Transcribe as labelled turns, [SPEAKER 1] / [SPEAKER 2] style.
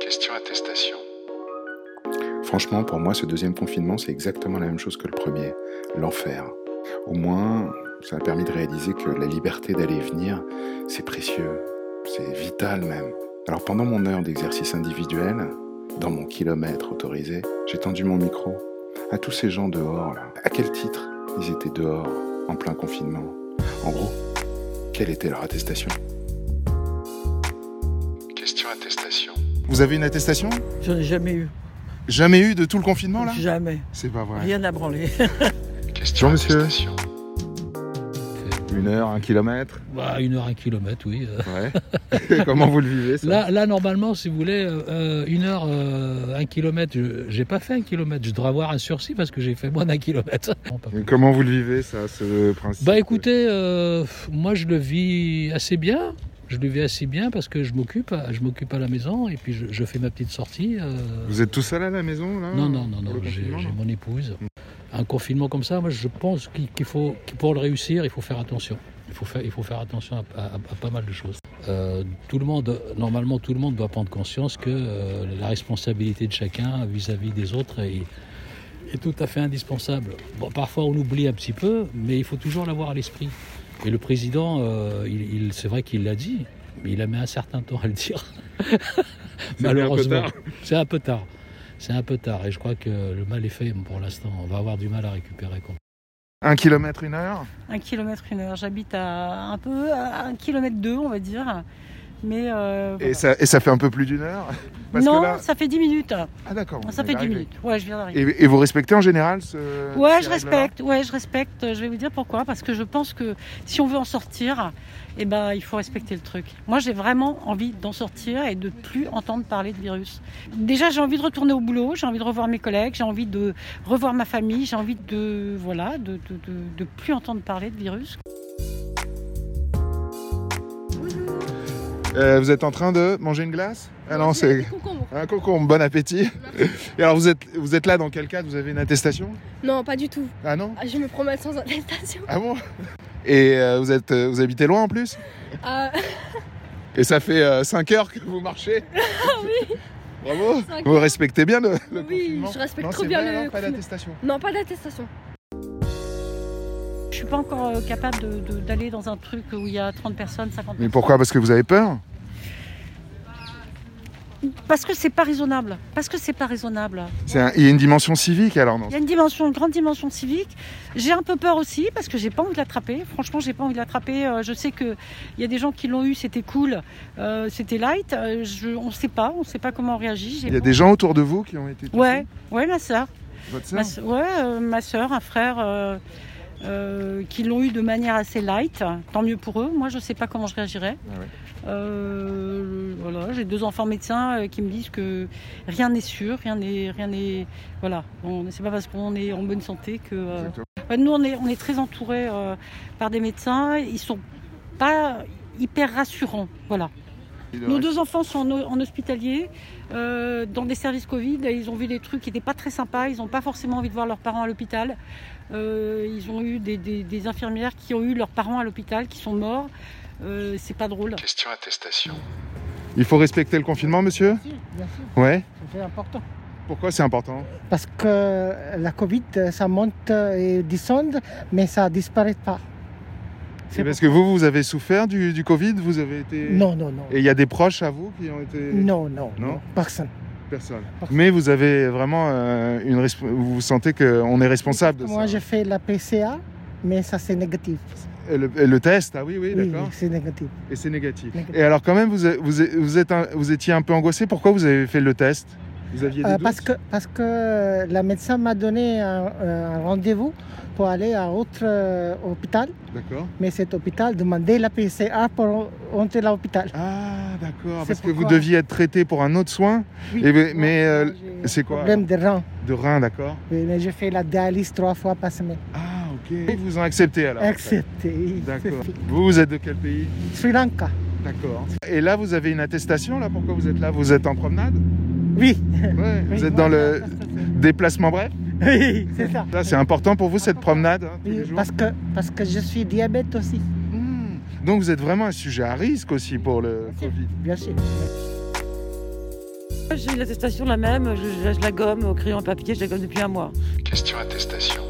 [SPEAKER 1] Question attestation.
[SPEAKER 2] Franchement, pour moi, ce deuxième confinement, c'est exactement la même chose que le premier, l'enfer. Au moins, ça a permis de réaliser que la liberté d'aller et venir, c'est précieux, c'est vital même. Alors pendant mon heure d'exercice individuel, dans mon kilomètre autorisé, j'ai tendu mon micro à tous ces gens dehors. Là. À quel titre ils étaient dehors, en plein confinement En gros, quelle était leur attestation
[SPEAKER 1] Question attestation.
[SPEAKER 2] Vous avez une attestation
[SPEAKER 3] J'en ai jamais eu.
[SPEAKER 2] Jamais eu de tout le confinement là
[SPEAKER 3] Jamais.
[SPEAKER 2] C'est pas vrai.
[SPEAKER 3] Rien à branler.
[SPEAKER 1] Question
[SPEAKER 2] Bonjour, monsieur.
[SPEAKER 1] attestation.
[SPEAKER 2] Une heure, un kilomètre
[SPEAKER 4] Bah, une heure, un kilomètre, oui. euh.
[SPEAKER 2] Ouais. Comment vous le vivez ça
[SPEAKER 4] Là, là, normalement, si vous voulez, euh, euh, une heure, euh, un kilomètre, je- j'ai pas fait un kilomètre, je devrais avoir un sursis parce que j'ai fait moins d'un kilomètre. Non, pas
[SPEAKER 2] Et
[SPEAKER 4] plus.
[SPEAKER 2] Comment vous le vivez ça, ce principe
[SPEAKER 4] Bah écoutez, euh, pff, moi je le vis assez bien. Je le vis assez bien parce que je m'occupe, à- je m'occupe à la maison et puis je, je fais ma petite sortie. euh.
[SPEAKER 2] Vous êtes tout seul à la maison là
[SPEAKER 4] Non, non, non, non,
[SPEAKER 2] pour le
[SPEAKER 4] j'ai
[SPEAKER 2] confinement,
[SPEAKER 4] j'ai
[SPEAKER 2] non
[SPEAKER 4] mon épouse. Un confinement comme ça, moi je pense qu'il qu'il faut, que pour le réussir, il faut faire attention. Il faut faire, il faut faire attention à, à- à pas mal de choses. Euh, tout le monde, normalement, tout le monde doit prendre conscience que euh, la responsabilité de chacun vis-à-vis des autres est, est tout à fait indispensable. Bon, parfois on oublie un petit peu, mais il faut toujours l'avoir à l'esprit. Et le président, euh, il, il- c'est vrai qu'il l'a dit, mais il a mis un certain temps à le dire.
[SPEAKER 2] C'est un peu tard.
[SPEAKER 4] C'est un peu tard. C'est un peu tard. Et je crois que le mal est fait pour l'instant. On va avoir du mal à récupérer. quoi.
[SPEAKER 2] Un kilomètre, une heure
[SPEAKER 5] Un kilomètre, une heure. J'habite à un peu, à un kilomètre deux, on va dire. Mais euh,
[SPEAKER 2] et
[SPEAKER 5] voilà.
[SPEAKER 2] ça, et ça fait un peu plus d'une heure Parce que
[SPEAKER 5] non,
[SPEAKER 2] là-
[SPEAKER 5] ça fait 10 minutes.
[SPEAKER 2] Ah d'accord. vous
[SPEAKER 5] Ça
[SPEAKER 2] y
[SPEAKER 5] fait 10
[SPEAKER 2] arrivez.
[SPEAKER 5] minutes. Ouais, je viens d'arriver.
[SPEAKER 2] Et, euh, et vous respectez en général ce.
[SPEAKER 5] Ouais,
[SPEAKER 2] ces
[SPEAKER 5] je
[SPEAKER 2] règles-là
[SPEAKER 5] respecte. Ouais, je respecte. Je vais vous dire pourquoi. Parce que je pense que si on veut en sortir, eh ben, il faut respecter le truc. Moi, j'ai vraiment envie d'en sortir et de plus entendre parler de virus. Déjà, j'ai envie de retourner au boulot. J'ai envie de revoir mes collègues. J'ai envie de revoir ma famille. J'ai envie de, voilà, de, de, de, de plus entendre parler de virus.
[SPEAKER 2] Euh, vous êtes en train de manger une glace Ah non, c'est. Un concombre, bon appétit. Et alors vous êtes, vous êtes là dans quel cadre Vous avez une attestation
[SPEAKER 6] Non, pas du tout.
[SPEAKER 2] Ah non
[SPEAKER 6] Ah, Je me promène sans attestation.
[SPEAKER 2] Ah bon Et euh, vous, êtes, euh, vous habitez loin en plus
[SPEAKER 6] Ah,
[SPEAKER 2] Et ça fait 5 heures que vous marchez
[SPEAKER 6] Ah oui,
[SPEAKER 2] Bravo
[SPEAKER 6] Cinq
[SPEAKER 2] Vous respectez bien le, le
[SPEAKER 6] oui,
[SPEAKER 2] confinement
[SPEAKER 6] je respecte
[SPEAKER 2] Non,
[SPEAKER 6] trop
[SPEAKER 2] c'est
[SPEAKER 6] bien
[SPEAKER 2] vrai,
[SPEAKER 6] le.
[SPEAKER 2] non, pas
[SPEAKER 6] confinement.
[SPEAKER 2] d'attestation.
[SPEAKER 6] non, pas d'attestation.
[SPEAKER 5] Je suis pas encore euh, capable de- de- d'aller dans un truc où il y a 30 personnes, 50
[SPEAKER 2] Mais pourquoi Parce que vous avez peur
[SPEAKER 5] Parce que c'est pas raisonnable. Parce que c'est pas raisonnable.
[SPEAKER 2] C'est un- Il y a une dimension civique alors non
[SPEAKER 5] Il y a une dimension, une grande dimension civique. J'ai un peu peur aussi parce que j'ai pas envie de l'attraper. Franchement, j'ai pas envie de l'attraper. Euh, Je sais que il y a des gens qui l'ont eu, c'était cool, euh, c'était light. Euh, je, on sait pas, on sait pas comment on réagit. J'ai
[SPEAKER 2] Il y a
[SPEAKER 5] pas-
[SPEAKER 2] des gens autour de vous qui ont été touchés
[SPEAKER 5] Ouais, ouais, ma sœur,
[SPEAKER 2] Votre
[SPEAKER 6] Bah,
[SPEAKER 2] sœur
[SPEAKER 5] ma sœur, ouais, euh, ma sœur, un frère. euh, euh, qui l'ont eu de manière assez light, tant mieux pour eux. Moi, je sais pas comment je réagirais.
[SPEAKER 2] Ah ouais.
[SPEAKER 5] Euh, voilà, j'ai deux enfants médecins euh, qui me disent que rien n'est sûr, rien n'est, rien n'est, voilà. On c'est pas parce qu'on est en bonne santé que. euh,
[SPEAKER 2] Exactement.
[SPEAKER 5] Ouais, Nous, on est, on est très entourés euh, par des médecins. Ils sont pas hyper rassurants. Voilà.
[SPEAKER 2] Il
[SPEAKER 5] Nos
[SPEAKER 2] reste-
[SPEAKER 5] deux enfants sont en, en hospitalier, euh, dans des services Covid. et Ils ont vu des trucs qui n'étaient pas très sympas. Ils n'ont pas forcément envie de voir leurs parents à l'hôpital. Euh, ils ont eu des, des- des infirmières qui ont eu leurs parents à l'hôpital, qui sont morts. Euh, c'est pas drôle.
[SPEAKER 1] Question attestation.
[SPEAKER 2] Il faut respecter le confinement, monsieur
[SPEAKER 7] Bien sûr,
[SPEAKER 2] Ouais.
[SPEAKER 7] c'est important.
[SPEAKER 2] Pourquoi c'est important
[SPEAKER 7] Parce que la Covid, ça monte et descend, mais ça ne disparaît pas.
[SPEAKER 2] C'est parce que vous, vous avez souffert du, du Covid Vous avez été.
[SPEAKER 7] Non, non, non.
[SPEAKER 2] Et il y a des proches à vous qui ont été.
[SPEAKER 7] Non, non,
[SPEAKER 2] Non
[SPEAKER 7] non, personne.
[SPEAKER 2] Personne.
[SPEAKER 7] Personne.
[SPEAKER 2] Mais vous avez vraiment euh, une. resp- Vous sentez qu'on est responsable de ça.
[SPEAKER 7] Moi, j'ai fait la PCA, mais ça, c'est négatif.
[SPEAKER 2] Et le, et le test, ah oui, oui,
[SPEAKER 7] Oui,
[SPEAKER 2] d'accord.
[SPEAKER 7] oui, c'est négatif.
[SPEAKER 2] Et c'est négatif.
[SPEAKER 7] Négatif.
[SPEAKER 2] Et alors, quand même, vous, vous, vous, êtes un- vous étiez un peu angoissé. Pourquoi vous avez fait le test Vous aviez des
[SPEAKER 7] Euh,
[SPEAKER 2] doutes
[SPEAKER 7] parce, que, parce que la médecin m'a donné un, euh, un rendez-vous pour aller à autre euh, hôpital,
[SPEAKER 2] D'accord.
[SPEAKER 7] mais cet hôpital demandait la PCA pour entrer à l'hôpital.
[SPEAKER 2] Ah, d'accord.
[SPEAKER 7] C'est
[SPEAKER 2] Parce que vous
[SPEAKER 7] pourquoi.
[SPEAKER 2] deviez être traité pour un autre soin Et mais- mais, euh, c'est quoi,
[SPEAKER 7] Problème de rein.
[SPEAKER 2] de rein, d'accord
[SPEAKER 7] Oui, mais je fais la dialyse trois fois par semaine.
[SPEAKER 2] Ah, ok. Ils vous ont accepté alors
[SPEAKER 7] Accepté.
[SPEAKER 2] D'accord. Vous, vous êtes de quel pays
[SPEAKER 7] Sri Lanka.
[SPEAKER 2] D'accord. Et là, vous avez une attestation, là, pourquoi vous êtes là Vous êtes en promenade
[SPEAKER 7] Oui.
[SPEAKER 2] Ouais,
[SPEAKER 7] Oui,
[SPEAKER 2] Vous êtes dans
[SPEAKER 7] voilà,
[SPEAKER 2] le
[SPEAKER 7] ça, ça,
[SPEAKER 2] déplacement bref
[SPEAKER 7] ça. Oui, c'est ça.
[SPEAKER 2] Là, c'est important pour vous, cette promenade hein, tous
[SPEAKER 7] Oui,
[SPEAKER 2] les jours
[SPEAKER 7] parce, que, parce que je suis diabète aussi.
[SPEAKER 2] Hmm. Donc, vous êtes vraiment un sujet à risque aussi pour le Covid.
[SPEAKER 7] Bien sûr.
[SPEAKER 5] J'ai l'attestation la même, je, je- je la gomme au crayon à papier, je la gomme depuis un mois.
[SPEAKER 1] Question attestation.